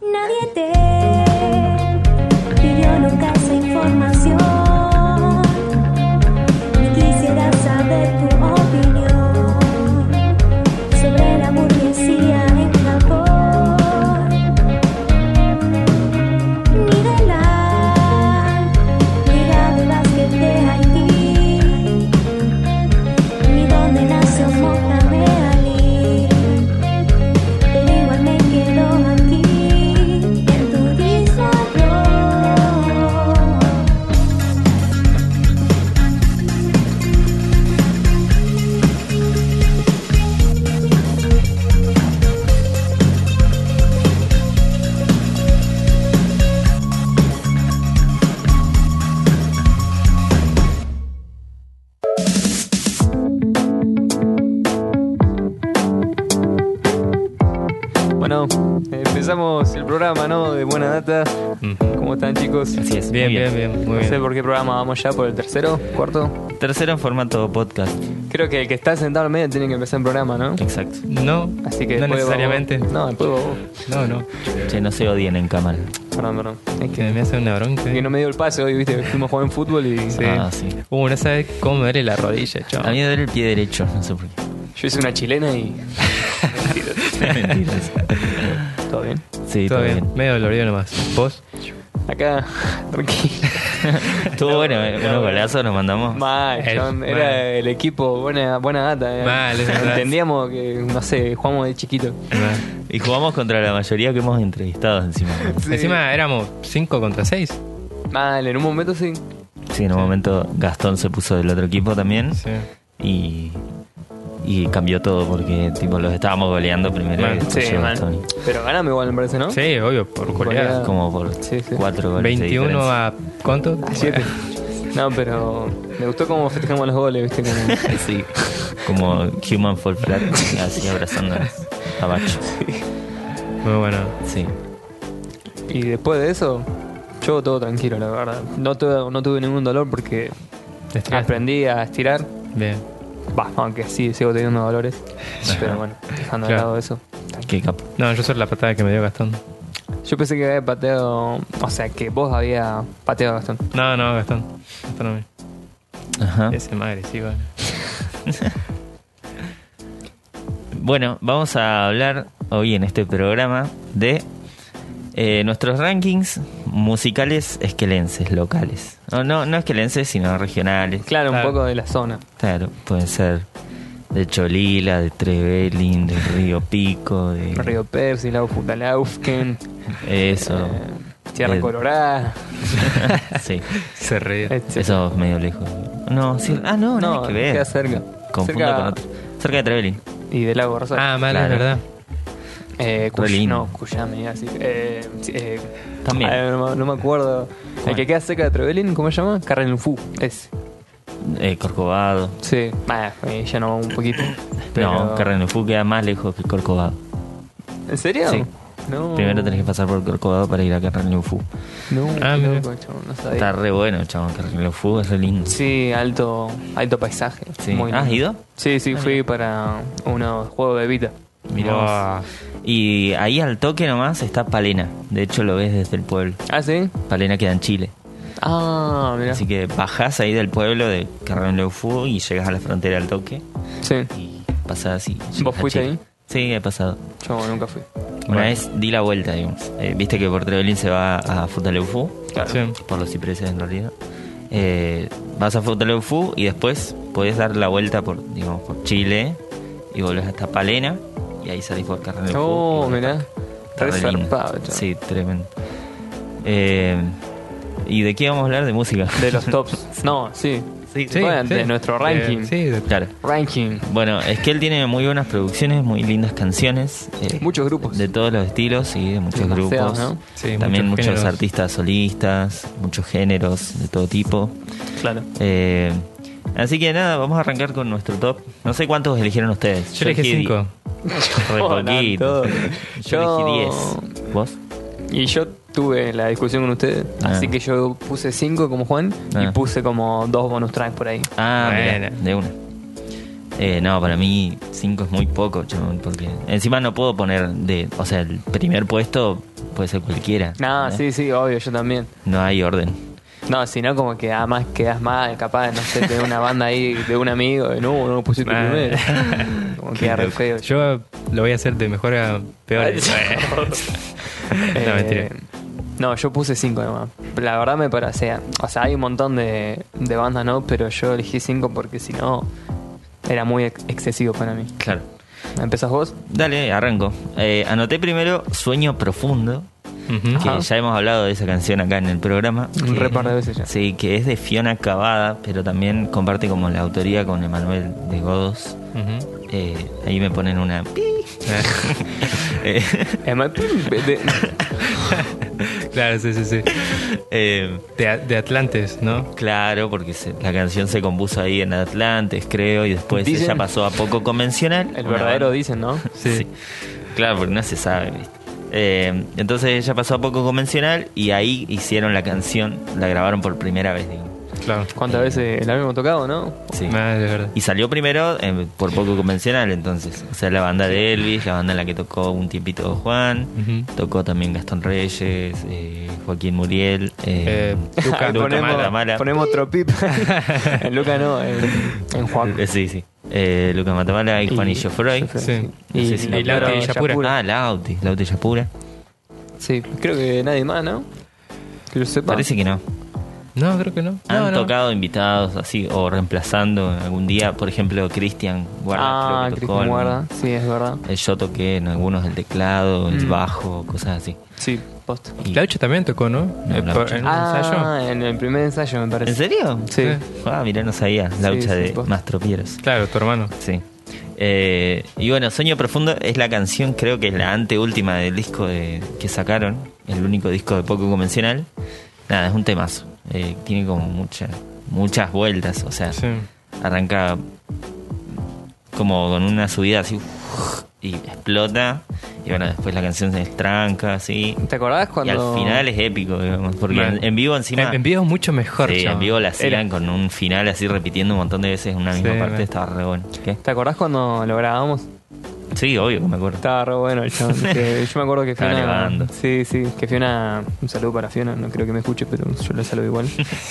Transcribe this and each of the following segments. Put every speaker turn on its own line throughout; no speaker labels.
Nadie te pidió nunca esa información. Quisiera saber tu opinión sobre la burguesía en Japón. Ni de la liga de básquet de Haití, ni donde nació Mohamed Ali. Pero igual me quedo aquí en tu disablón.
Bueno, empezamos el programa, ¿no? De buena data.
Mm.
¿Cómo están, chicos?
Así es.
Bien,
muy
bien, bien, muy
No sé
bien.
por qué programa vamos ya por el tercero, cuarto.
Tercero en formato podcast.
Creo que el que está sentado en medio tiene que empezar el programa, ¿no?
Exacto.
No,
Así que
no
después vos-
necesariamente.
No, después vos.
No, no.
Che, no se odien en cámara.
Perdón, perdón. Es
Que
que,
me hace una bronca.
que no me dio el pase hoy, viste. Fuimos a jugar en fútbol y
Sí.
Ah, sí.
Uh, no sabes cómo me duele la rodilla,
A mí
chaval.
me duele el pie derecho, no sé por qué.
yo hice una chilena y.
Mentiras.
¿Todo bien?
Sí,
Todo bien. Medio dolorido nomás. ¿Vos?
Acá, tranquilo.
Estuvo bueno, eh, unos golazos nos mandamos.
Mal,
Es-
John, era
mal.
el equipo, buena, buena data. eh.
Mal, es verdad.
Entendíamos que, no sé, jugamos de chiquito.
Y jugamos contra la mayoría que hemos entrevistado encima.
Encima éramos 5 contra 6.
Mal, en un momento sí.
Sí, en un momento Gastón se puso del otro equipo también.
Sí.
Y, y cambió todo porque tipo los estábamos goleando primero.
Mal.
y después
Sí,
llegó
mal.
Gastón.
Pero ganamos igual, me parece, ¿no?
Sí, obvio, por
Goleada.
goleada.
Como por
Sí, sí.
cuatro goles. de
21
diferencia.
a. ¿Cuánto?
A siete. No, pero me gustó cómo festejamos los goles, viste. Como...
Sí. Como Human Fall Flat, así abrazándonos a Bacho.
Muy bueno.
Sí.
Y después de eso, yo todo tranquilo, la verdad. No tuve, no tuve ningún dolor porque
Te estiraste.
aprendí a estirar.
Bien.
Bah, aunque sí, sigo teniendo dolores. Pero bueno, dejando de
Claro.
lado eso.
Qué capo.
No, yo soy la patada que me dio Gastón.
Yo pensé que había pateado, o sea, que vos había pateado Gastón.
No, no, Gastón. Gastón a mí.
Ajá.
Ese es más agresivo.
Bueno, vamos a hablar hoy en este programa de eh, nuestros rankings musicales esquelenses, locales. No, no, no esquelenses, sino regionales.
Claro,
Claro.
un poco de la zona.
Claro, pueden ser de Cholila, de Trevelin, de Río Pico, de...
Río Persi, Lago Futalaufken,
Eso.
eh, Tierra
Eh,
Colorada.
sí,
Se ríe.
Este,
eso es medio lejos. No, sí, ah, no, no,
no,
que ver.
queda cerca.
Confundo
cerca
con otro. Cerca de Trevelin.
Y del Lago Rosales.
Ah, mal,
Claro.
es verdad.
Eh,
Re
Cuy,
lindo.
no, Cuyame, así. Eh, sí, eh,
También.
ay, no, no me acuerdo. El que queda cerca de Trevelin, ¿cómo se llama? Carrenfú, es.
Eh, Corcovado.
Sí, ah, eh, ya no un poquito. Pero-
No, Carreneufú queda más lejos que Corcovado.
¿En serio?
Sí.
No.
Primero tenés que pasar por Corcovado para ir a Carreneufú.
No,
Ah,
qué
mira.
loco, chabón, no sabía.
Está re bueno, chabón. Carreneufú es re lindo.
Sí, alto, alto paisaje.
Sí.
Muy
¿Has
lindo.
ido? Ah,
Sí, sí, fui para unos juegos de vida.
Mirá vos.
Buah.
Y ahí al toque nomás está Palena. De hecho, lo ves desde el pueblo.
¿Ah, sí?
Palena queda en Chile.
Ah, mira.
Así
Sí.
que bajás ahí del pueblo de Carreneufú y llegas a la frontera al toque. Y pasás así. llegas
¿Vos
a
fuiste
Chile.
ahí?
Sí, he pasado.
Yo nunca fui.
Una vez di la vuelta, digamos. Eh, Viste que por Trevelin se va a Futaleufú.
Claro.
Sí.
por los cipreses en realidad. Eh, vas a Futaleufú y después podés dar la vuelta por, digamos, por Chile y volvés hasta Palena y ahí salís por Carrera
Oh, mirá. Está zarpado, chabón.
Sí, tremendo. Eh, ¿Y de qué vamos a hablar? De música.
De los tops. No, sí.
Sí,
Sí,
Bueno,
sí.
de nuestro ranking.
Eh, sí, de-
Claro.
Ranking.
Bueno, es que él tiene muy buenas producciones, muy lindas canciones. eh,
Muchos grupos.
De todos los estilos y de muchos
Demasiados,
grupos.
¿no?
Sí,
También
muchos
muchos
géneros.
artistas solistas, muchos géneros de todo tipo.
Claro.
Eh, así que nada, vamos a arrancar con nuestro top. No sé cuántos eligieron ustedes.
Yo elegí 5.
Re
Oh,
poquito.
tanto.
Yo elegí
Yo-
10. ¿Vos?
Y yo tuve la discusión con ustedes,
Ah.
así que yo puse 5 como Juan y
Ah.
puse como dos bonus tracks por ahí.
Ah, mirá,
Bueno.
de una. Eh, no, para mí 5 es muy poco, chabón, porque encima no puedo poner de, o sea, el primer puesto puede ser cualquiera.
No,
Ah.
¿eh?
sí, sí, obvio, yo también.
No hay orden.
No, sino como que además quedas mal, capaz, no sé, de una banda ahí de un amigo, de no, no pusiste
Ah.
primero. Como queda re feo.
Yo lo voy a hacer de mejor a peor. Eh, no, mentira.
Eh, no, yo puse 5 nomás. La verdad me parecía. O sea, hay un montón de, de bandas, ¿no? Pero yo elegí 5 porque si no, era muy ex- excesivo para mí.
Claro.
¿Empezás vos?
Dale, arranco. Eh, anoté primero Sueño Profundo,
Ujú.
que
Ajá.
ya hemos hablado de esa canción acá en el programa.
Un
que-
re par de veces ya.
Sí, que es de Fiona Cavada, pero también comparte como la autoría con Emanuel de Godos.
Ujú.
Eh, ahí me ponen una... pi. Eh,
Es más, Em, de- de-
claro, sí, sí, sí.
eh,
De, A- de Atlantes, ¿no?
Claro, porque se- la canción se compuso ahí en Atlantes, creo, y después
Dicen-
ella pasó a poco convencional.
el
Una
verdadero
banda-
dicen, ¿no?
Sí.
Sí. Claro, porque no se sabe, ¿viste? Eh, entonces ella pasó a poco convencional y ahí hicieron la canción, la grabaron por primera vez, digo.
Claro.
¿Cuántas veces la habíamos tocado, no?
Sí.
Ah, de verdad.
Y salió primero eh, por poco convencional, entonces. O sea, la banda de Elvis, la banda en la que tocó un tiempito Juan,
Ujú.
tocó también Gastón Reyes, eh, Joaquín Muriel.
Eh,
eh,
Luca,
Luca
ponemos,
Mala, Mala.
ponemos otro pip. en Luca no, en, en Juan.
Eh, Sí, sí. Eh, Lucas Matamala y Juanillo Freud.
Sí.
Y,
Sí, sí,
la
y Lauti
Laura
Yapura.
Yapura.
Ah, Lauti, Lauti Yapura.
Sí, creo que nadie más, ¿no? Que yo sepa.
Parece que no.
No, creo que no.
Han
No, no.
tocado invitados así o reemplazando algún día, por ejemplo, Cristian Guarda.
ah,
creo que tocó
Cristian
en-
Guarda, sí, es verdad.
eh, Yo toqué en algunos el teclado, el
Mm.
bajo, cosas así.
Sí, post.
Y-
Laucho también tocó, ¿no?
No,
Eh,
Laucho.
por- en un ensayo.
Ah, en el primer ensayo me parece.
¿En serio?
Sí.
Ah, mirá, no sabía. Laucha
sí,
de
posta.
Mastro Piedras.
Claro, tu hermano.
Sí. Eh, y bueno, Sueño Profundo es la canción, creo que es la anteúltima del disco de- que sacaron, el único disco de poco convencional. Nada, es un temazo. Eh, tiene como muchas muchas vueltas, o sea,
Sí.
arranca como con una subida así uf, y explota. Y bueno, después la canción se estranca así.
¿Te acordás cuando.?
Y al final es épico, digamos, porque
Mal.
en, en vivo encima.
En, en vivo es mucho mejor.
Sí, en
chaval.
vivo la hacían con un final así repitiendo un montón de veces una misma
Sí,
parte,
man.
estaba re bueno. ¿Qué?
¿Te acordás cuando lo grabamos?
Sí, obvio que me acuerdo.
Estaba re bueno el chabón. que yo me acuerdo que
Estaba
Fiona.
nevando.
Sí, sí, que Fiona. Un saludo para Fiona, no creo que me escuche, pero yo le saludo igual.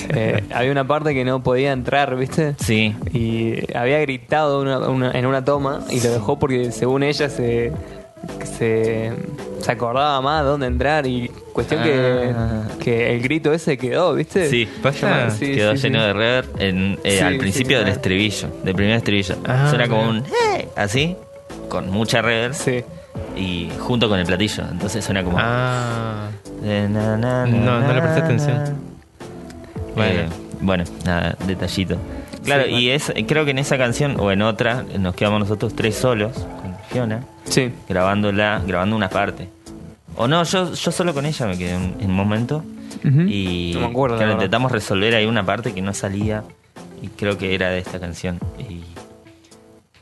Eh, había una parte que no podía entrar, ¿viste?
Sí.
Y había gritado una- una- en una toma y lo dejó porque según ella se, se, se acordaba más dónde entrar y cuestión que,
Ah.
que el grito ese quedó, ¿viste? Ah,
Sí,
pasa,
Sí,
Quedó
sí,
lleno
sí.
de rever en, eh,
Sí,
al
sí,
principio del
claro.
estribillo, del primer estribillo.
Ah,
Suena como un
mira.
"Eh", así, con mucha rever
Sí.
y junto con el platillo. Entonces suena como.
Ah.
de na, na, na,
No, no le presté
na,
atención.
na.
Bueno.
Eh, bueno, nada, detallito. Claro,
Sí,
y es, creo que en esa canción o en otra nos quedamos nosotros tres solos con Fiona.
Sí.
grabándola, grabando una parte. O no, yo, yo solo con ella me quedé un- en un momento.
Ujú.
Y
No me acuerdo, la
claro,
verdad.
intentamos resolver ahí una parte que no salía. Y creo que era de esta canción.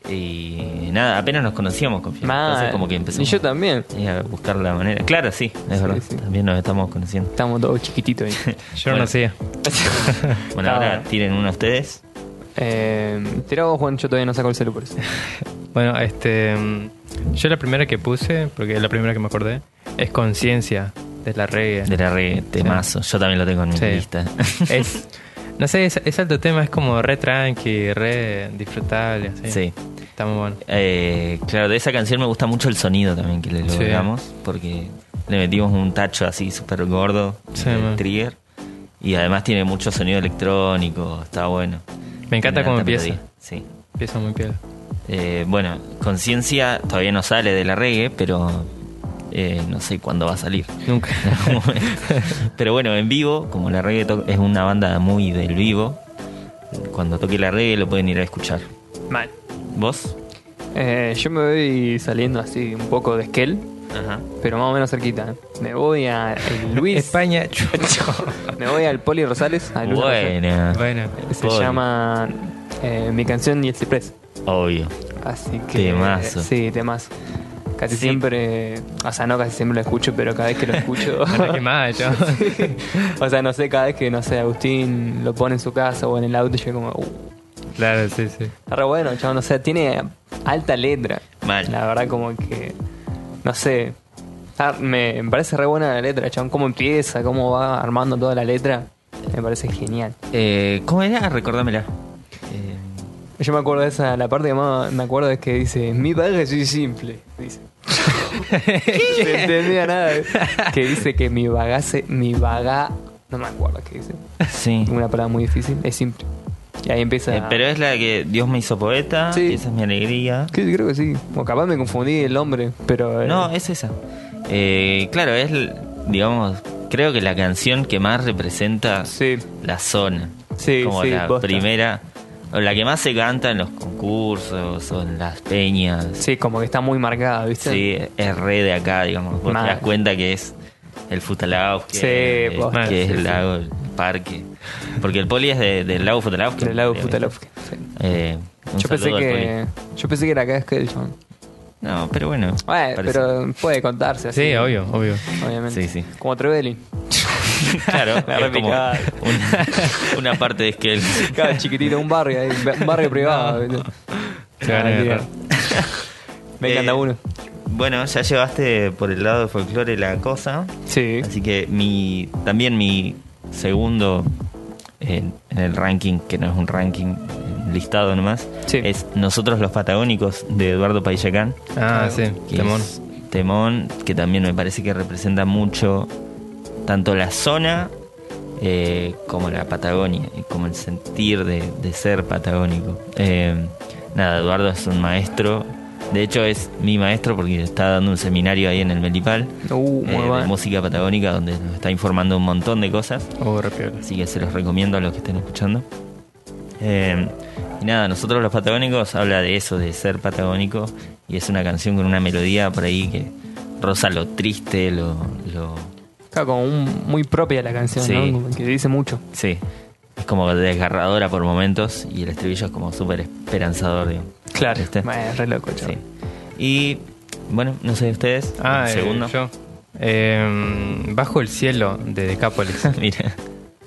Y, y nada, apenas nos conocíamos con Fiona,
Mal.
Entonces como que empezamos
Y yo también.
ahí a buscar la manera. Claro, sí, es
Sí,
verdad.
sí.
También nos estamos conociendo.
Estamos todos chiquititos ahí.
Yo no
Bueno.
lo hacía.
Bueno,
Ah.
ahora tiren uno ustedes.
eh, tira vos, Juan, yo todavía no saco el celular.
Bueno, este. mm, Yo la primera que puse, porque es la primera que me acordé, es Conciencia de la reggae.
De la re temazo. Yo también lo tengo en mi
Sí.
lista.
Es. No sé, es, es alto tema, es como re tranqui, re disfrutable. Así.
sí.
Está muy bueno.
Eh, claro, de esa canción me gusta mucho el sonido también que le
Sí.
logramos, porque le metimos un tacho así súper gordo,
Sí,
de
man.
trigger, y además tiene mucho sonido electrónico, está bueno.
Me encanta
Tiene
cómo
alta
empieza.
melodía, Sí.
Empieza muy bien.
Eh, bueno, Conciencia todavía no sale de la reggae, pero eh, no sé cuándo va a salir.
Nunca.
En algún momento. Pero bueno, en vivo, como la reggae to- es una banda muy del vivo, cuando toque la reggae lo pueden ir a escuchar.
Mal.
¿Vos?
Eh, yo me voy saliendo así un poco de esquel,
Ajá.
pero más o menos cerquita. ¿eh? Me voy a el Luis.
España.
me voy al Poli Rosales. al Luis Rosales.
Buena.
bueno.
Se
Poli.
llama eh, Mi canción y el ciprés.
Obvio.
Así que.
Temazo.
Sí, temas. Casi
Sí.
siempre. O sea, no casi siempre lo escucho, pero cada vez que lo escucho.
Bueno, qué mal, yo.
o sea, no sé, cada vez que, no sé, Agustín lo pone en su casa o en el auto, yo como. "Uh,
Claro, sí, sí.
Está re bueno, chabón. O sea, tiene alta letra.
Mal.
La verdad, como que. No sé. Ah, me, me parece re buena la letra, chabón. Cómo empieza, cómo va armando toda la letra. Me parece genial.
Eh, ¿Cómo era? Recordámela. Eh,
Yo me acuerdo de esa, la parte que más me acuerdo es que dice, mi vagaje soy simple. Dice. No entendía nada. Que dice que mi bagaje, mi vaga, no me acuerdo qué dice.
sí.
Una palabra muy difícil, es simple. Y ahí empieza.
Eh, pero es la que Dios me hizo poeta,
Sí.
y esa es mi alegría.
Sí, creo que sí. O capaz me confundí el nombre, pero. eh,
No, es esa. Eh, claro, es, l- digamos, creo que la canción que más representa
Sí.
la zona.
Sí,
Como
sí,
la
posta.
primera, o la que más se canta en los concursos, o en las peñas.
Sí, como que está muy marcada, ¿viste?
Sí, es re de acá, digamos. Vos
Mal.
te das cuenta que es el Futalauf, que,
Sí,
eh,
posta.
que es
Sí,
el
sí.
lago, el parque. Porque el poli es de- del lago Futalauf. que-
Del lado
eh,
Futalovsky. Sí.
eh, un
Yo pensé
saludo al
que. Yo pensé que era acá Skelton.
poli. No, pero bueno.
Eh,
parece-
pero puede contarse así.
Sí, obvio, obvio.
Obviamente.
Sí, sí.
Como Trevelin.
Claro,
La
es como
repicada.
una, una parte de Esquel.
Cada chiquitito, un barrio ahí, un barrio privado. ¿viste?
Se van a
Ah,
agarrar.
mentira. Me encanta
Eh,
uno.
Bueno, ya llevaste por el lado de folclore la cosa.
Sí.
Así que mi también mi segundo en, en el ranking, que no es un ranking un listado nomás,
Sí.
es Nosotros los Patagónicos de Eduardo Paillacán.
Ah, sí,
que
temón.
es Temón, que también me parece que representa mucho tanto la zona eh, como la Patagonia, y como el sentir de, de ser patagónico. Eh, nada, Eduardo es un maestro. De hecho, es mi maestro porque está dando un seminario ahí en el Melipal
Uh,
eh,
muy
de
bueno.
música patagónica, donde nos está informando un montón de cosas.
Oh, re piola.
Así que se los recomiendo a los que estén escuchando. Eh, y nada, nosotros los patagónicos habla de eso, de ser patagónico. Y es una canción con una melodía por ahí que roza lo triste, lo. lo
Claro, como un- muy propia la canción,
Sí.
¿no? Como que dice mucho.
sí, es como desgarradora por momentos. Y el estribillo es como súper esperanzador, digamos.
Claro.
¿Viste?
Bueno, Este. es re loco, chaval.
Sí. Y bueno, no sé ustedes.
Ah,
el
segundo.
segundo.
yo. Eh, bajo el cielo de Decápolis.
Mira.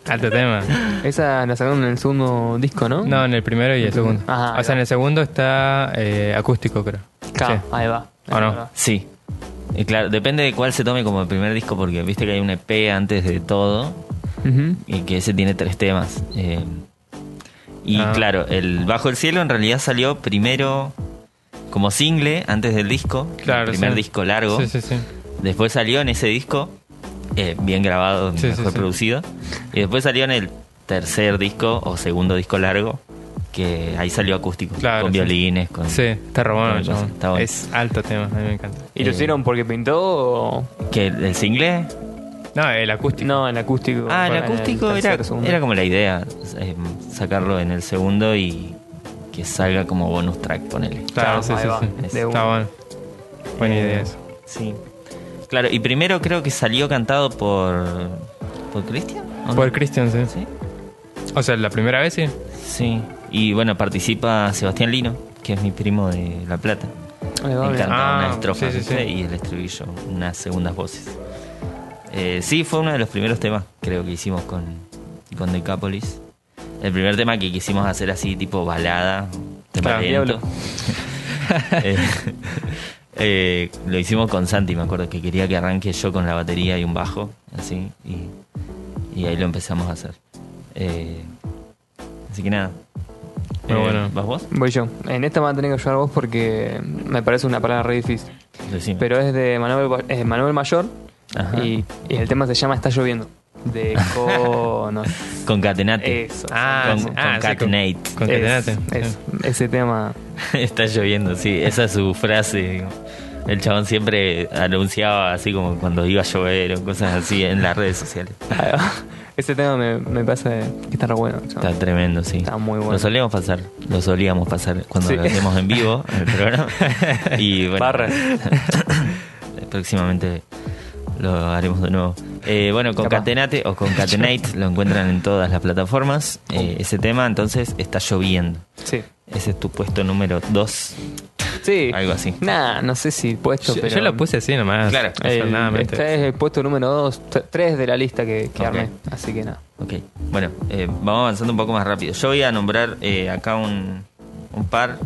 Alto tema.
Esa la sacaron en el segundo disco, ¿no?
No, en el primero y el segundo.
Ajá, ahí
o sea, en
va.
el segundo está eh, acústico, creo.
Claro,
Sí.
ahí va.
¿O
Ahí
no?
va.
Sí. Y claro, depende de cuál se tome como el primer disco, porque viste que hay un EP antes de todo,
Ujú.
y que ese tiene tres temas. eh, y
Ah.
claro, el Bajo el Cielo en realidad salió primero como single antes del disco, el primer
sí.
disco largo.
Sí, sí, sí.
Después salió en ese disco, eh, bien grabado,
Sí, sí,
mejor
sí.
producido. Y después salió en el tercer disco o segundo disco largo, que ahí salió acústico,
Claro,
con
sí.
violines, con...
Sí, está robando,
Bueno,
chabón.
está bueno.
Es alto tema, a mí me encanta.
¿Y lo
Eh.
hicieron porque pintó o.?
Que el el single
No, el acústico.
No, el acústico.
Ah, el
Bueno,
acústico
en el
era,
tercer segundo.
era como la idea, eh, sacarlo en el segundo y que salga como bonus track, ponele.
Claro,
Claro, sí,
ahí
sí,
va,
sí.
de
Está
una. Eh,
bueno. Buena idea eso.
Sí. Claro, y primero creo que salió cantado por. ¿Por Cristian? ¿O no?
Por Christian, sí.
Sí.
O sea, la primera vez sí.
Sí. Y bueno, participa Sebastián Lino, que es mi primo de La Plata.
Ahí va,
Me
bien.
encanta
Ah,
una estrofa
sí, sí, sí.
y el estribillo, unas segundas voces. Eh, sí, fue uno de los primeros temas, creo que hicimos con, con Decapolis. El primer tema que quisimos hacer así, tipo balada, tema
Claro,
lento.
diablo.
Eh, eh, lo hicimos con Santi, me acuerdo que quería que arranque yo con la batería y un bajo, así, y, y ahí lo empezamos a hacer. Eh, así que nada. Eh,
Muy bueno.
¿Vas vos?
Voy yo. En esta me van a tener que ayudar vos porque me parece una palabra re difícil.
Decime.
Pero es de Manuel, Ba- eh, Manuel Mayor
Ajá.
y, y el tema se llama Está lloviendo. De conos.
Concatenate.
Eso.
Ah,
con,
sí.
con
Ah, sí, con-
Catenate.
Concatenate.
Es- es- ese tema.
Está lloviendo, sí, esa es su frase. digo. El chabón siempre anunciaba así como cuando iba a llover o cosas así en las redes sociales.
ese tema me, me parece que está re bueno. chabón.
Está tremendo, sí.
Está muy bueno.
Lo solíamos pasar, lo solíamos pasar cuando
Sí.
lo hacemos en vivo en el programa. Y bueno,
Barra.
próximamente lo haremos de nuevo. Eh, bueno, Concatenate o Concatenate lo encuentran en todas las plataformas.
Oh.
Eh, ese tema entonces está lloviendo.
Sí.
Ese es tu puesto número 2.
Sí.
Algo así.
Nah, no sé si puesto,
Yo, yo
pero.
lo puse así nomás.
Claro.
el-
afortunadamente.
este es el puesto número 2, 3 de la lista que, que
Ok.
armé. Así que nada.
Ok, bueno, eh, vamos avanzando un poco más rápido. Yo voy a nombrar eh, acá un, un par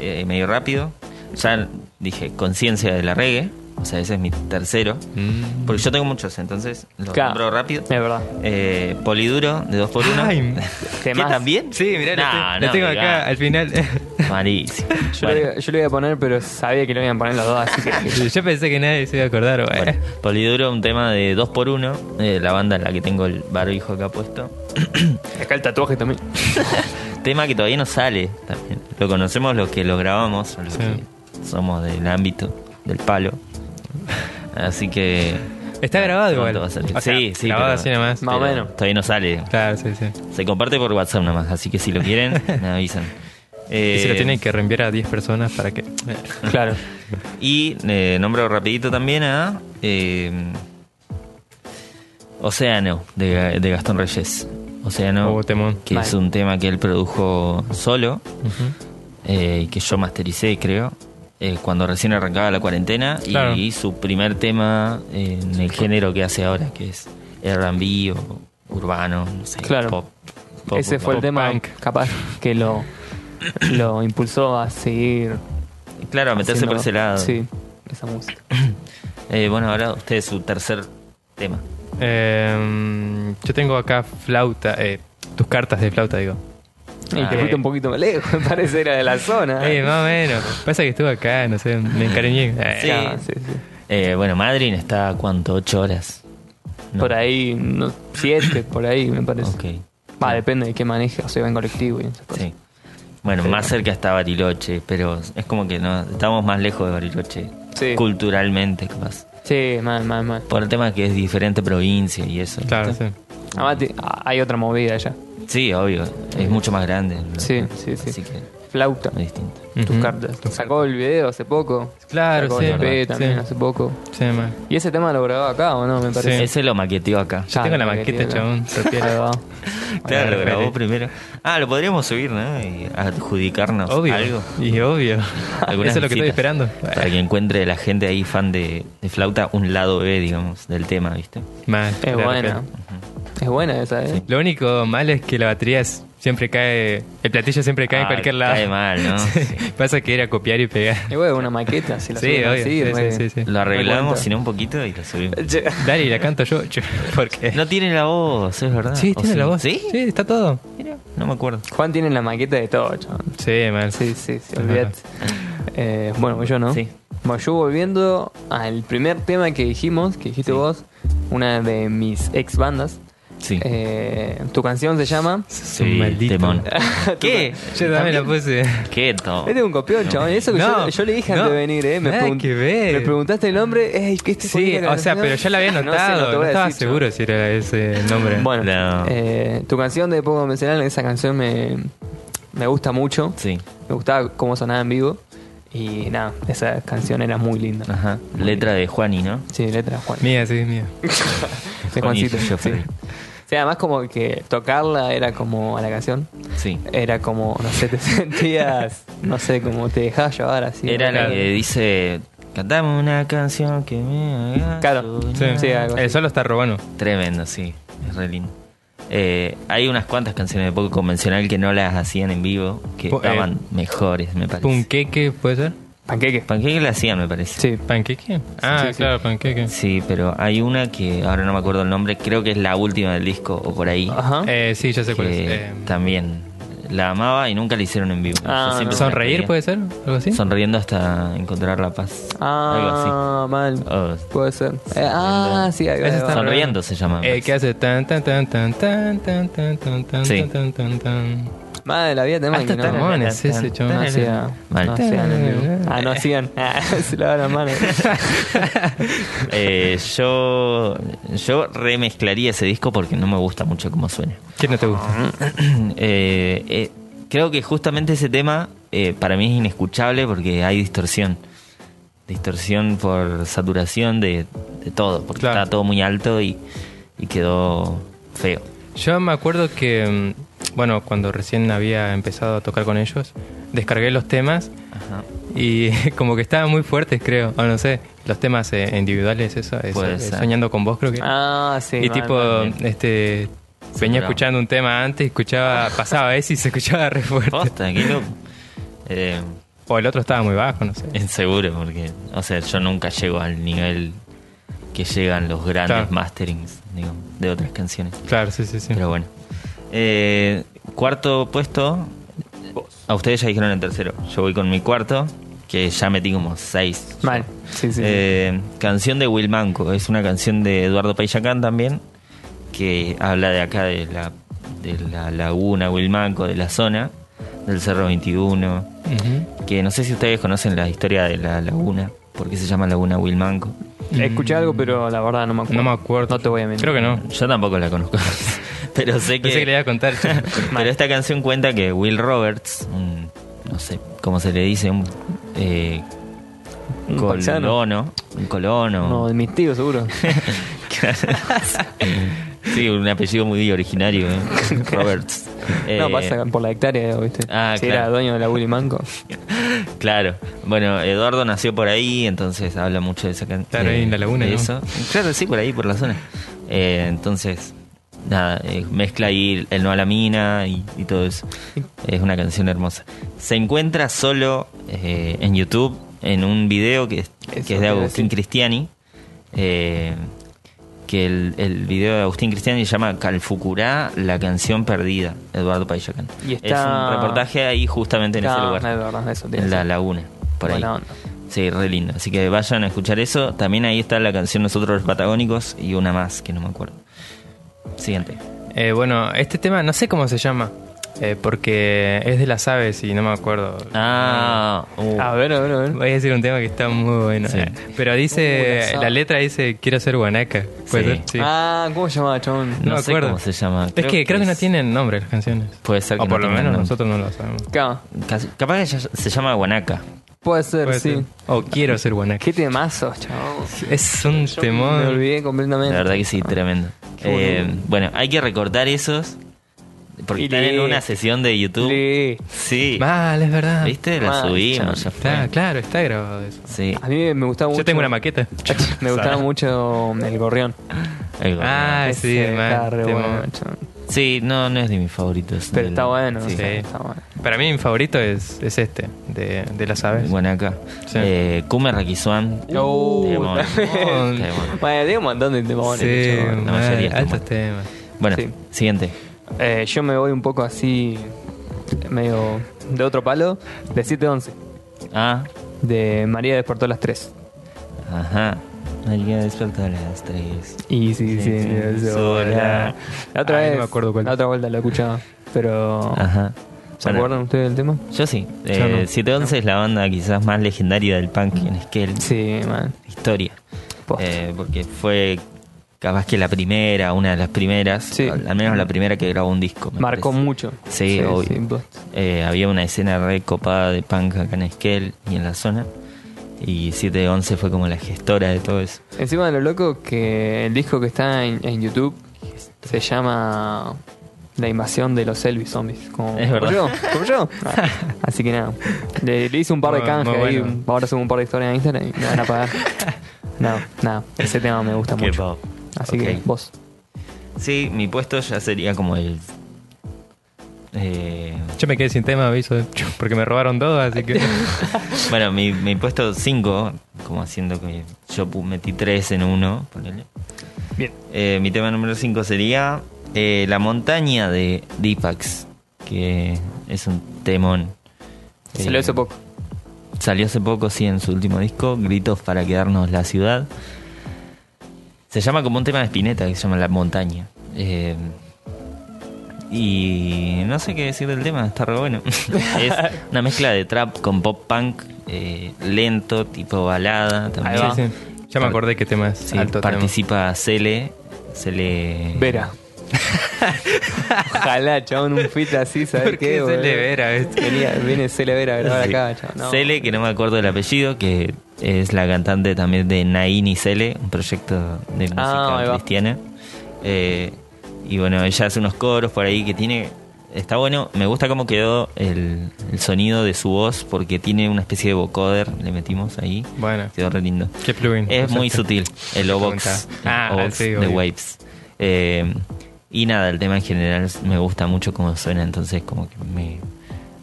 eh, medio rápido. Ya dije, conciencia de la reggae, O sea, ese es mi tercero.
Mm.
Porque yo tengo muchos, entonces los
Claro.
nombro rápido.
Es verdad.
Eh, Poliduro de 2x1.
Ay,
¿Qué
más?
también?
Sí, mirá,
No,
lo, te-
no,
lo tengo
mirá.
acá al final.
Malísimo.
Yo,
Bueno,
lo, iba- yo lo iba a poner, pero sabía que lo iban a poner los dos, así que.
Yo pensé que nadie se iba a acordar, güey.
bueno, Poliduro, un tema de 2x1. eh, la banda en la que tengo el barbijo acá puesto.
Acá el tatuaje también.
Tema que todavía no sale. también. Lo conocemos los que lo grabamos, los
Sí.
que somos del ámbito, del palo. Así que. Ah,
Está grabado
¿Cuánto
igual.
va a salir?
O sea,
sí, sí.
grabado
pero-
así nomás.
Más o
pero
menos.
Todavía no sale.
Claro, sí, sí.
Se comparte por WhatsApp nomás, así que si lo quieren, me avisan.
Y se
Eh,
lo tienen que reenviar a 10 personas para que.
Claro.
Y eh, nombro rapidito también a eh, Océano de, Ga- de Gastón Reyes. Océano,
Oh, temón.
que es
Mal.
un tema que él produjo solo eh, y que yo mastericé, creo, eh, cuando recién arrancaba la cuarentena y-
Claro.
y su primer tema en el género que hace ahora, que es R&B o urbano, no sé,
Claro.
pop, pop
Ese fue el
pop
tema,
punk.
capaz, que lo, lo impulsó a seguir.
Claro, a meterse
haciendo-
por ese lado.
Sí, esa música.
Eh, bueno, ahora usted su tercer tema.
Eh, yo tengo acá flauta, eh, tus cartas de flauta, digo.
Y te
Ah.
fuiste un poquito más lejos, me parece, era de la zona.
Eh, más o menos. Pasa que estuve acá, no sé, me encariñé. Eh,
Sí.
Ah, sí, sí.
Eh, bueno, Madrid está cuánto, ocho horas. No.
Por ahí, no, siete, por ahí, me parece.
Ok,
Va, depende de qué maneje, o sea, va en colectivo y esas cosas.
sí. Bueno, más cerca está Bariloche, pero es como que no, estamos más lejos de Bariloche,
Sí.
culturalmente capaz.
Sí, mal, mal, mal.
Por el tema que es diferente provincia y eso.
Claro, sí.
¿viste?
Además, te- ah, hay otra movida allá.
Sí, obvio, es mucho más grande. ¿no?
Sí, sí, sí.
Así que
Flauta,
es distinto.
tus
Ujú.
cartas. Sacó el video hace poco.
Claro,
Sacó
sí,
el EP
sí.
también hace poco.
Sí, man.
Y ese tema lo grabó acá, ¿o no? Me parece.
Ese lo maqueteó acá.
Yo tengo la maqueta,
querido,
chabón,
no.
se pierde.
Ahí va.
Claro, lo
Vale,
grabó
vale.
primero. Ah, lo podríamos subir, ¿no? Y adjudicarnos
Obvio.
algo.
Y obvio.
Algunas
Eso es lo que estoy
visitas.
esperando.
Para que encuentre la gente ahí fan de, de flauta un lado B, digamos, del tema, ¿viste?
Man,
Es
Eh, claro,
buena.
claro.
Es buena esa, ¿eh?
Lo único malo es que la batería es- siempre cae. El platillo siempre cae
Ah,
en cualquier lado.
cae mal, ¿no?
Sí.
Sí.
Pasa que era copiar y pegar.
Y bueno, una maqueta, si la
Sí,
suben
obvio.
así,
Sí,
re-
sí, sí, sí.
Lo
Me
arreglamos,
cuenta.
si no, un poquito y lo subimos.
Che,
Dale, y la canto yo. yo, Porque.
No tiene la voz, es verdad.
sí,
¿O
tiene la voz.
¿Sí?
Sí, está todo.
Mira, no me acuerdo.
Juan tiene la maqueta de todo, chabón.
Sí, man.
Sí, sí, sí,
Ajá.
olvídate. Eh, bueno, yo no.
Sí.
Bueno, yo volviendo al primer tema que dijimos, que dijiste
Sí.
vos, una de mis ex bandas.
Sí.
Eh, tu canción se llama.
Es un
sí,
maldito.
temón. ¿Qué?
Yo también la puse.
¿Qué, Tom?
Este es un copión, chabón. Eso que
No,
yo, yo le dije antes
no.
de venir, ¿eh? Me,
Nada
pregun-
que ver.
me preguntaste el nombre. Ey, ¿qué este
Sí, o sea, pero yo la había
No, sé,
notado.
no te
No,
voy a
estaba
decir, chabón.
seguro si era ese nombre.
Bueno,
No.
eh, tu canción de Poco Mencionar, esa canción me, me gusta mucho.
Sí.
Me gustaba cómo sonaba en vivo. Y nada, esa canción era muy linda.
Ajá. Letra de Juani, ¿no?
Sí, letra de Juan.
Mía, sí, mía.
de Juancito.
Juanito, yo
sí.
fui.
O sea, además como que tocarla era como a la canción.
Sí.
Era como, no sé, te sentías, no sé, como te dejabas llevar así.
Era la
Claro.
que dice... Cantame una canción que me haga
Claro.
soñar".
Sí.
Sí, algo así.
el solo está robando.
Tremendo, sí. Es re lindo. Eh, hay unas cuantas canciones de poco convencional que no las hacían en vivo, que
Po- eh,
estaban mejores, me parece.
¿Punqueque puede ser?
Panqueque.
Panqueque la hacían, me parece.
Sí.
¿Panqueque? Ah,
Sí, sí.
claro, panqueque.
Sí, pero hay una que ahora no me acuerdo el nombre, creo que es la última del disco o por ahí.
Ajá.
Eh, sí, ya sé cuál es.
que
Eh,
también la amaba y nunca la hicieron en vivo.
Ah,
Yo siempre
no.
me la
¿Sonreír
creía.
puede ser? ¿Algo así? Eh,
Sonriendo hasta encontrar la paz.
ah, mal.
Algo así.
Puede ser. Eh, ah, sí, ahí va,
Esa
ahí
está
Oh,
va.
re-
sonriendo se llama. me
Eh, ¿Qué hace? Tan, tan, tan, tan, tan, tan, tan, tan, tan,
Sí.
tan, tan, tan.
Madre, la vida tema
Hasta
que no.
tan-
No
Mamón, es ese, chabón.
tan-
hacía.
Mal.
No hacían en vivo. Ah, no hacían. Ah, se lavaban las manos.
parece. Eh, yo, yo remezclaría ese disco porque no me gusta mucho cómo suena.
¿Qué no te gusta?
Eh, eh, creo que justamente ese tema eh, para mí es inescuchable porque hay distorsión. Distorsión por saturación de, de todo, porque
Claro.
está todo muy alto y, y quedó feo.
Yo me acuerdo que, mm, bueno, cuando recién había empezado a tocar con ellos, descargué los temas
Ajá.
y como que estaban muy fuertes, creo. O no sé, los temas eh, individuales, eso. eso,
Puede
eh,
ser.
Soñando con vos, creo que.
Ah, sí.
y
mal,
tipo,
mal.
este. Venía
Saturado.
escuchando un tema antes, escuchaba, pasaba ese y se escuchaba re fuerte.
Posta, qué loco. Eh,
O el otro estaba muy bajo, no sé.
En seguro, porque, o sea, yo nunca llego al nivel que llegan los grandes
Claro.
masterings digo, de otras canciones.
Claro, sí, sí, sí.
Pero bueno. Eh, cuarto puesto. A ustedes ya dijeron el tercero. Yo voy con mi cuarto, que ya metí como seis.
Mal. Sí, sí.
Eh, canción de Will Manco. Es una canción de Eduardo Payacán también, que habla de acá, de la, de la laguna Will Manco, de la zona, del Cerro 21.
Ujú.
Que no sé si ustedes conocen la historia de la laguna, porque se llama Laguna Will Manco.
Escuché algo, pero la verdad no me acuerdo.
No me acuerdo.
No te voy a mentir.
Creo que no.
Yo tampoco la conozco. Pero sé que.
Pensé que le iba a contar.
Pero esta canción cuenta que Will Roberts, un- no sé cómo se le dice, un eh,
Un paisano.
colono, un colono,
No, de mis tíos, seguro.
sí, un apellido muy originario, ¿eh? Roberts.
no,
Eh,
pasa por la hectárea, ¿viste?
Ah,
si
claro.
era dueño de la Willy Manco.
Claro. Bueno, Eduardo nació por ahí, entonces habla mucho de esa canción.
Claro, ahí en la laguna,
de
¿no?
eso. Claro, sí, por ahí, por la zona. Eh, entonces, nada, eh, mezcla ahí el no a la mina y, y todo eso. Es una canción hermosa. Se encuentra solo eh, en YouTube en un video que, que
Eso
es
te
de
iba a
Agustín
decir.
Cristiani. eh, que el, el video de Agustín Cristiani se llama Calfucurá, la canción perdida, Eduardo Payacán.
Y está-
Es un reportaje ahí justamente en ese
Ah,
lugar.
es verdad, eso tiene
En la
sentido.
laguna, por
Buena
ahí.
onda.
Sí, re lindo. Así que vayan a escuchar eso. También ahí está la canción Nosotros los Patagónicos y una más que no me acuerdo. Siguiente.
Eh, bueno, este tema no sé cómo se llama. eh, porque es de las aves y no me acuerdo.
Ah, uh.
A ver, a ver, a ver.
Voy a decir un tema que está muy bueno.
Sí.
eh. Pero
Uh,
dice,
las aves.
la letra dice, quiero ser guanaca. ¿Puede
Sí.
ser? Sí.
Ah, ¿cómo se llamaba, chabón?
no
me
sé cómo se llama.
Es
Creo
que
que
creo que no
es-
tienen nombre las canciones.
Puede ser que
O
no
por lo
tengan
menos
nombre.
nosotros no lo sabemos.
Acá.
Casi- capaz que ya se llama Guanaca.
Puede ser,
Puede
sí.
ser. O quiero ser guanaca.
Qué temazos, chabón.
Es un
Me
temor.
olvidé completamente.
La verdad que sí, tremendo.
Ah, Qué
Eh, bueno, hay que recortar esos porque
Y Ah,
están en
lee.
una sesión de YouTube.
Sí.
Sí.
Mal, es verdad.
¿Viste? La
Mal,
subimos.
chan.
Ya fue.
Está, claro, está grabado eso.
Sí.
A mí me gustaba mucho.
Yo tengo una maqueta.
Me gustaba mucho el gorrión.
Ahí va.
Ah, sí,
Ese
man,
está re
tema.
bueno, chabón.
Sí, no, no es de mis favoritos.
Pero
Del-
está bueno,
sí.
sí,
Sí.
está bueno.
Para mí mi favorito es, es este, de, de las aves.
Guanaca.
Sí.
Eh, Kume Rakisuan.
Uh,
Temón.
también.
Temón.
Bueno, tiene un montón de temones.
sí,
chabón.
la
mal,
mayoría está
altos
mal.
temas.
Bueno,
Sí.
siguiente.
Eh, yo me voy un poco así, medio de otro palo, de 7-11,
Ah,
de María despertó a las 3.
ajá. María despertó a las 3.
Y sí, sí,
Sí, sí, sola.
La otra
Ay,
vez,
no me acuerdo cuál.
la otra vuelta lo escuchaba, pero...
Ajá.
Oh. ¿Se
Bueno,
acuerdan ustedes del tema?
Yo sí.
Yo
Eh,
no.
711 es la banda quizás más legendaria del punk en Esquel.
Sí, man.
Historia.
Posta.
Eh, porque fue capaz que la primera, una de las primeras.
Sí.
Al al menos la primera que grabó un disco. me
Marcó
parece.
mucho.
Sí, obvio.
posta.
Eh, había una escena re copada de punk acá en Esquel y en la zona. Y 711 fue como la gestora de todo eso.
Encima de lo loco que el disco que está en, en YouTube se llama La invasión de los Elvis Zombies. Como,
Es verdad.
como yo, como yo. Ah, así que nada. Le, le hice un par de
Muy-
canjes
muy
ahí,
bueno.
ahora subo un par de historias en Instagram y me van a pagar. No, nada, ese tema me gusta
Qué
mucho.
pavo.
Así
Ok.
que vos.
Sí, mi puesto ya sería como el. eh,
Yo me quedé sin tema, aviso, porque me robaron todo, así que...
bueno, mi, mi puesto 5, como haciendo que yo pu- metí 3 en uno, ponele.
Bien.
Eh, mi tema número 5 sería eh, La montaña de Deepax, que es un temón.
Se lo
Eh,
hizo poco.
Salió hace poco, sí, en su último disco, Gritos para quedarnos la ciudad. Se llama como un tema de Spinetta, que se llama La Montaña. Eh, y no sé qué decir del tema, está re bueno. es una mezcla de trap con pop punk, eh, lento, tipo balada
Ahí
también.
va.
Sí, sí. Ya me acordé qué tema es.
Sí,
Alto tema.
participa Cele. Cele.
Vera. Ojalá, chabón, un fit así, ¿sabés
¿Por qué
boludo?
Cele Vera, viste?
Venía, viene Cele Vera a grabar
Sí.
acá, chabón. No.
Cele, que no me acuerdo el apellido, que es la cantante también de Naini Cele, un proyecto de
Ah,
música
ahí va.
cristiana. Eh, y bueno, ella hace unos coros por ahí que tiene. Está bueno, me gusta cómo quedó el, el sonido de su voz, porque tiene una especie de vocoder, le metimos ahí.
Bueno,
Quedó re lindo.
qué plugin.
Es muy
usaste?
sutil el Obox,
preguntaba.
el
Ah,
Obox
sí,
de
obvio.
Waves. Eh, y nada, el tema en general me gusta mucho cómo suena, entonces como que me,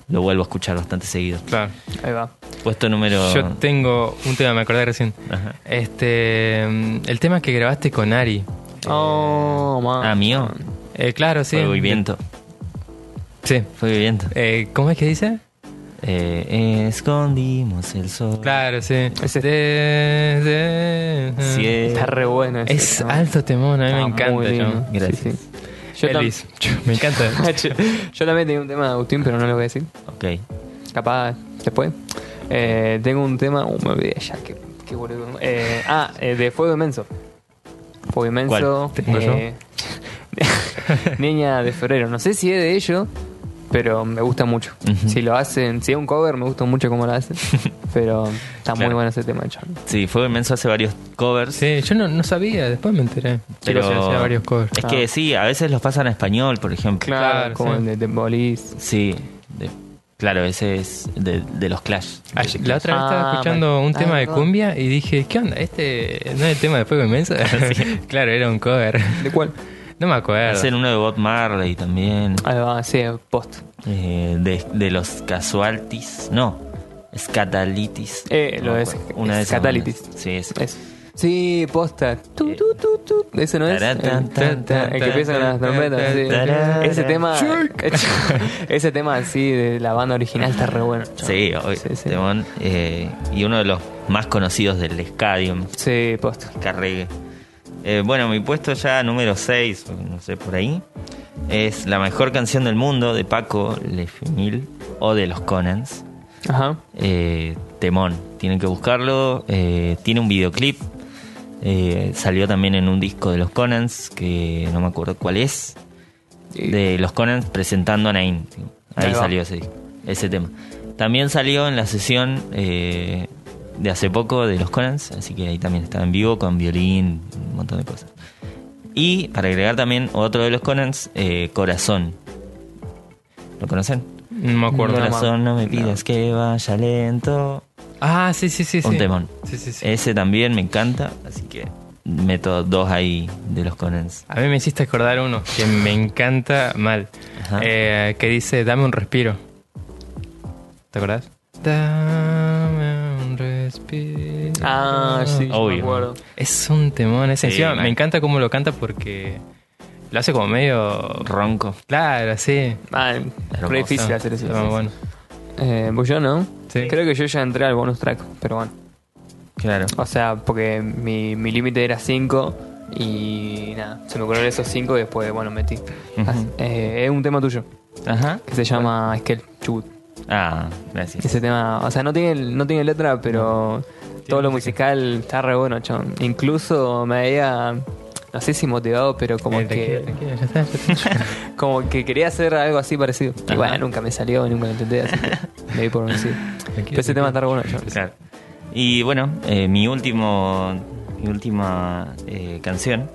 lo vuelvo a escuchar bastante seguido.
Claro.
Ahí va.
Puesto número.
Yo tengo un tema, me acordé recién.
Ajá.
Este, mm, el tema que grabaste con Ari.
Oh, man.
Ah, mío.
Eh, claro, sí.
Fue viviento.
Sí.
Fue viviento.
Eh, ¿Cómo es que dice?
Eh, escondimos el sol.
Claro, sí.
Ese-
De- de-
Sí, eh,
Está re bueno ese,
Es
¿no?
alto temón, a mí me
Está Ah, muy
encanta.
lindo.
Yo.
Sí,
Gracias.
sí. Yo, tam-
Elvis. Me encanta.
Yo también tenía un tema de Agustín, pero no lo voy a decir.
Ok.
Capaz después. Eh, tengo un tema. Uh, me olvidé ya, qué, qué boludo. Eh, ah, eh, de Fuego Inmenso. Fuego Inmenso.
¿Cuál? ¿Tengo
eh, Niña de Febrero. No sé si es de ellos, pero me gusta mucho.
Ujú.
Si lo hacen, si es un cover, me gusta mucho cómo lo hacen. Pero está muy
Claro.
bueno ese tema, Charlie.
Sí, fue inmenso. Hace varios covers.
Sí, yo no, no sabía, después me enteré.
Pero-
Pero hacía varios covers. Ah.
Es que sí, a veces los pasan a español, por ejemplo.
Claro,
como
sí.
el de The Police.
Sí. de- claro, ese es de, de los Clash.
Ayer- la otra vez
Ah,
estaba escuchando
vale.
un
Ah,
tema de
perdón.
cumbia y dije, ¿qué onda? ¿Este no es el tema de Fuego Inmenso? claro, era un cover.
¿De cuál?
No me acuerdo.
Hacen uno de Bob Marley también.
Ahí va, sí, post.
eh, de, de los Casualtis. No, Scatalitis.
Eh,
No
lo
me
es.
acuerdo. Una de esas
Scatalitis.
bandas. Sí, es.
Eso. Sí, posta. Tu, tu, tu, tu. Ese no es.
Tarán, tan, tan, tan,
El que empieza con las trompetas. sí.
tarán,
Ese
tarán.
tema. Ese tema así de la banda original está re bueno. chabón.
Sí, obvio,
Sí, sí.
temón, eh, y uno de los más conocidos del Scadium,
Sí, posta.
Carregue. Eh, bueno, mi puesto ya número 6, no sé, por ahí, es La mejor canción del mundo de Paco Lefemil o de los Conans.
Ajá.
Eh, temón, tienen que buscarlo. eh, tiene un videoclip. eh, salió también en un disco de los Conans, que no me acuerdo cuál es.
Y-
De los Conans presentando a Naim. ¿sí? Ahí,
Ahí va.
salió ese, disco, ese tema. También salió en la sesión eh, de hace poco de los Conans, así que ahí también estaba en vivo con violín, un montón de cosas. Y para agregar también otro de los Conans, eh, Corazón. ¿Lo conocen?
No me acuerdo.
No.
Corazón, no me
no.
pidas que vaya lento.
Ah, sí, sí, sí.
Un
sí.
temón. Eh.
Sí, sí, sí.
Ese también me encanta, así que meto dos ahí de los Conans.
A mí me hiciste acordar uno que me encanta mal.
Ajá.
Eh, que dice, dame un respiro. ¿Te acordás? Dame un respiro.
Ah, sí, yo me
Obvio.
acuerdo.
Es un temón. Es
Sí,
encima,
mal.
me encanta cómo lo canta porque lo hace como medio...
Ronco.
Claro, sí.
Ah,
Hermoso.
re difícil hacer eso.
Está muy ah, bueno.
Eh, pues yo no.
Sí.
Creo que yo ya entré al bonus track, pero bueno.
Claro.
O sea, porque mi, mi límite era 5 y nada, se me ocurrieron esos 5 y después, bueno, metí. Así- eh, es un tema tuyo
Ajá.
que se llama Esquel Chubut.
Ah, gracias.
Ese tema, o sea, no tiene, no tiene letra, pero todo lo musical está re bueno, chon. Incluso me había, no sé si motivado, pero como
Eh, tranquilo,
que
tranquilo, ya está, ya está.
como que quería hacer algo así parecido. Y
Ajá.
bueno, nunca me salió, nunca lo intenté, así que me di por vencido. Pero ese tema está re bueno, chon.
Claro. Y bueno, eh, mi último mi última eh, canción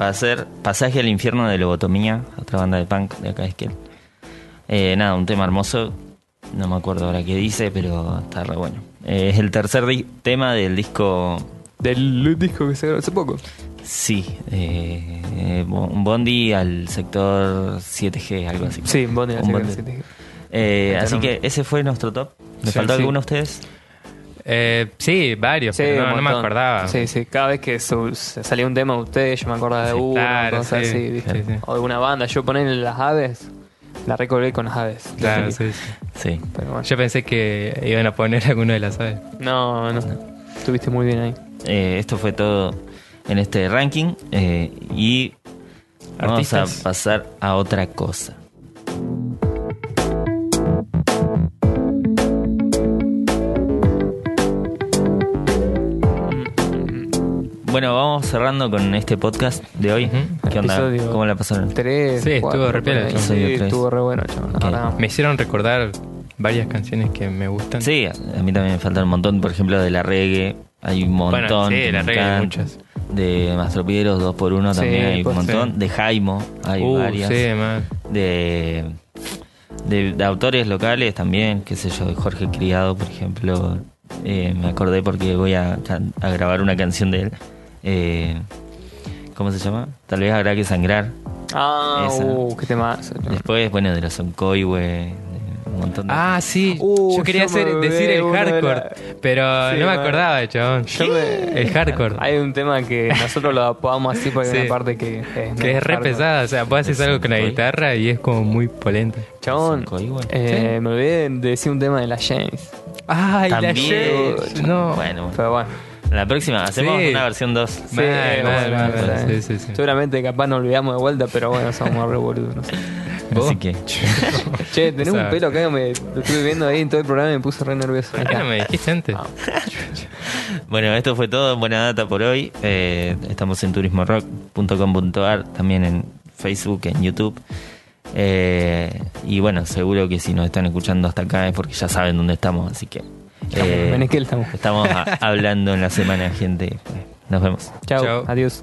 va a ser Pasaje al infierno de Lobotomía, otra banda de punk de acá de Esquel. Eh, nada, un tema hermoso. No me acuerdo ahora qué dice, pero está re bueno. Eh, es el tercer di- tema del disco
Del disco que se grabó hace poco.
Sí, eh, eh, bo- un bondi al sector 7G, algo así.
Sí, Bondi al
Un
sector 7G.
Eh, así
Entonces,
que ese fue nuestro top. ¿Me
Sí,
faltó
sí.
alguno a ustedes?
Eh, sí, varios,
Sí, un
pero no, no me
montón.
acordaba.
Sí, sí. Cada vez que su- se salía un tema de ustedes, yo me acordaba de
Sí,
uno,
claro,
cosas
sí,
así, ¿viste?
sí, sí.
O de una banda. Yo poner las aves, la recolgué con las aves.
Claro,
Sí.
sí, sí.
Sí.
Pero bueno.
Yo pensé que iban a poner alguno de las aves.
No, no. Estuviste muy bien ahí.
Eh, esto fue todo en este ranking eh, y vamos a
Artistas.
pasar a otra cosa. Bueno, vamos cerrando con este podcast de hoy.
Ujú.
¿Qué onda?
Episodio.
¿Cómo la pasaron?
Tres.
Sí, estuvo
cuatro,
re piola,
por ahí.
yo soy de
Sí,
tres.
estuvo re bueno, chaval.
Ok.
Me hicieron recordar varias canciones que me gustan.
Sí, a mí también me faltan un montón, por ejemplo, de la reggae. Hay un montón.
Bueno, sí,
que
la
me
reggae hay
encanta.
muchas.
De Mastropieros 2x1
Sí,
también hay un
pues,
montón.
sí.
De Jaimo hay
Uh,
varias.
sí, man.
De, de, de autores locales también, qué sé yo, de Jorge Criado, por ejemplo. Eh, me acordé porque voy a, can- a grabar una canción de él. Eh, ¿Cómo se llama? Tal vez habrá que sangrar.
Ah,
Esa.
uh, qué tema.
Después, bueno, de los Oncoihue, de un montón de.
Ah, sí.
Uh,
yo quería
yo me
hacer-
olvidé
decir el
uno de
hardcore,
la-
pero
Sí,
no me
bueno.
acordaba, chabón.
Yo me-
El hardcore.
Hay un tema que nosotros lo apodamos así porque
Sí.
hay una parte que es,
que es re
hardcore.
pesada, o sea, vos haces
Es
algo
un
con la
coy.
guitarra y es como muy polenta.
Chabón,
Cinco igual.
eh, me olvidé de decir un tema de la James.
Ay, la
También.
shit. No.
Bueno,
Pero bueno,
la próxima hacemos
Sí.
una versión 2.
Sí, mal, mal,
bueno,
mal,
está bien.
sí, sí, sí.
Seguramente capaz nos olvidamos de vuelta, pero bueno, somos re boludos. no sé.
¿Vos?
Así que.
Che, tenés un
Sabes.
pelo acá que me lo estuve viendo ahí en todo el programa y me puse re nervioso.
¿Por qué no me dijiste antes?
Bueno, esto fue todo. Buena data por hoy. Eh, estamos en turismorock.com.ar, también en Facebook, en YouTube. Eh, y bueno, seguro que si nos están escuchando hasta acá es porque ya saben dónde estamos. Así que. eh,
En Esquel estamos.
estamos a- hablando en la semana, gente. Nos vemos.
Chao,
Chao.
adiós.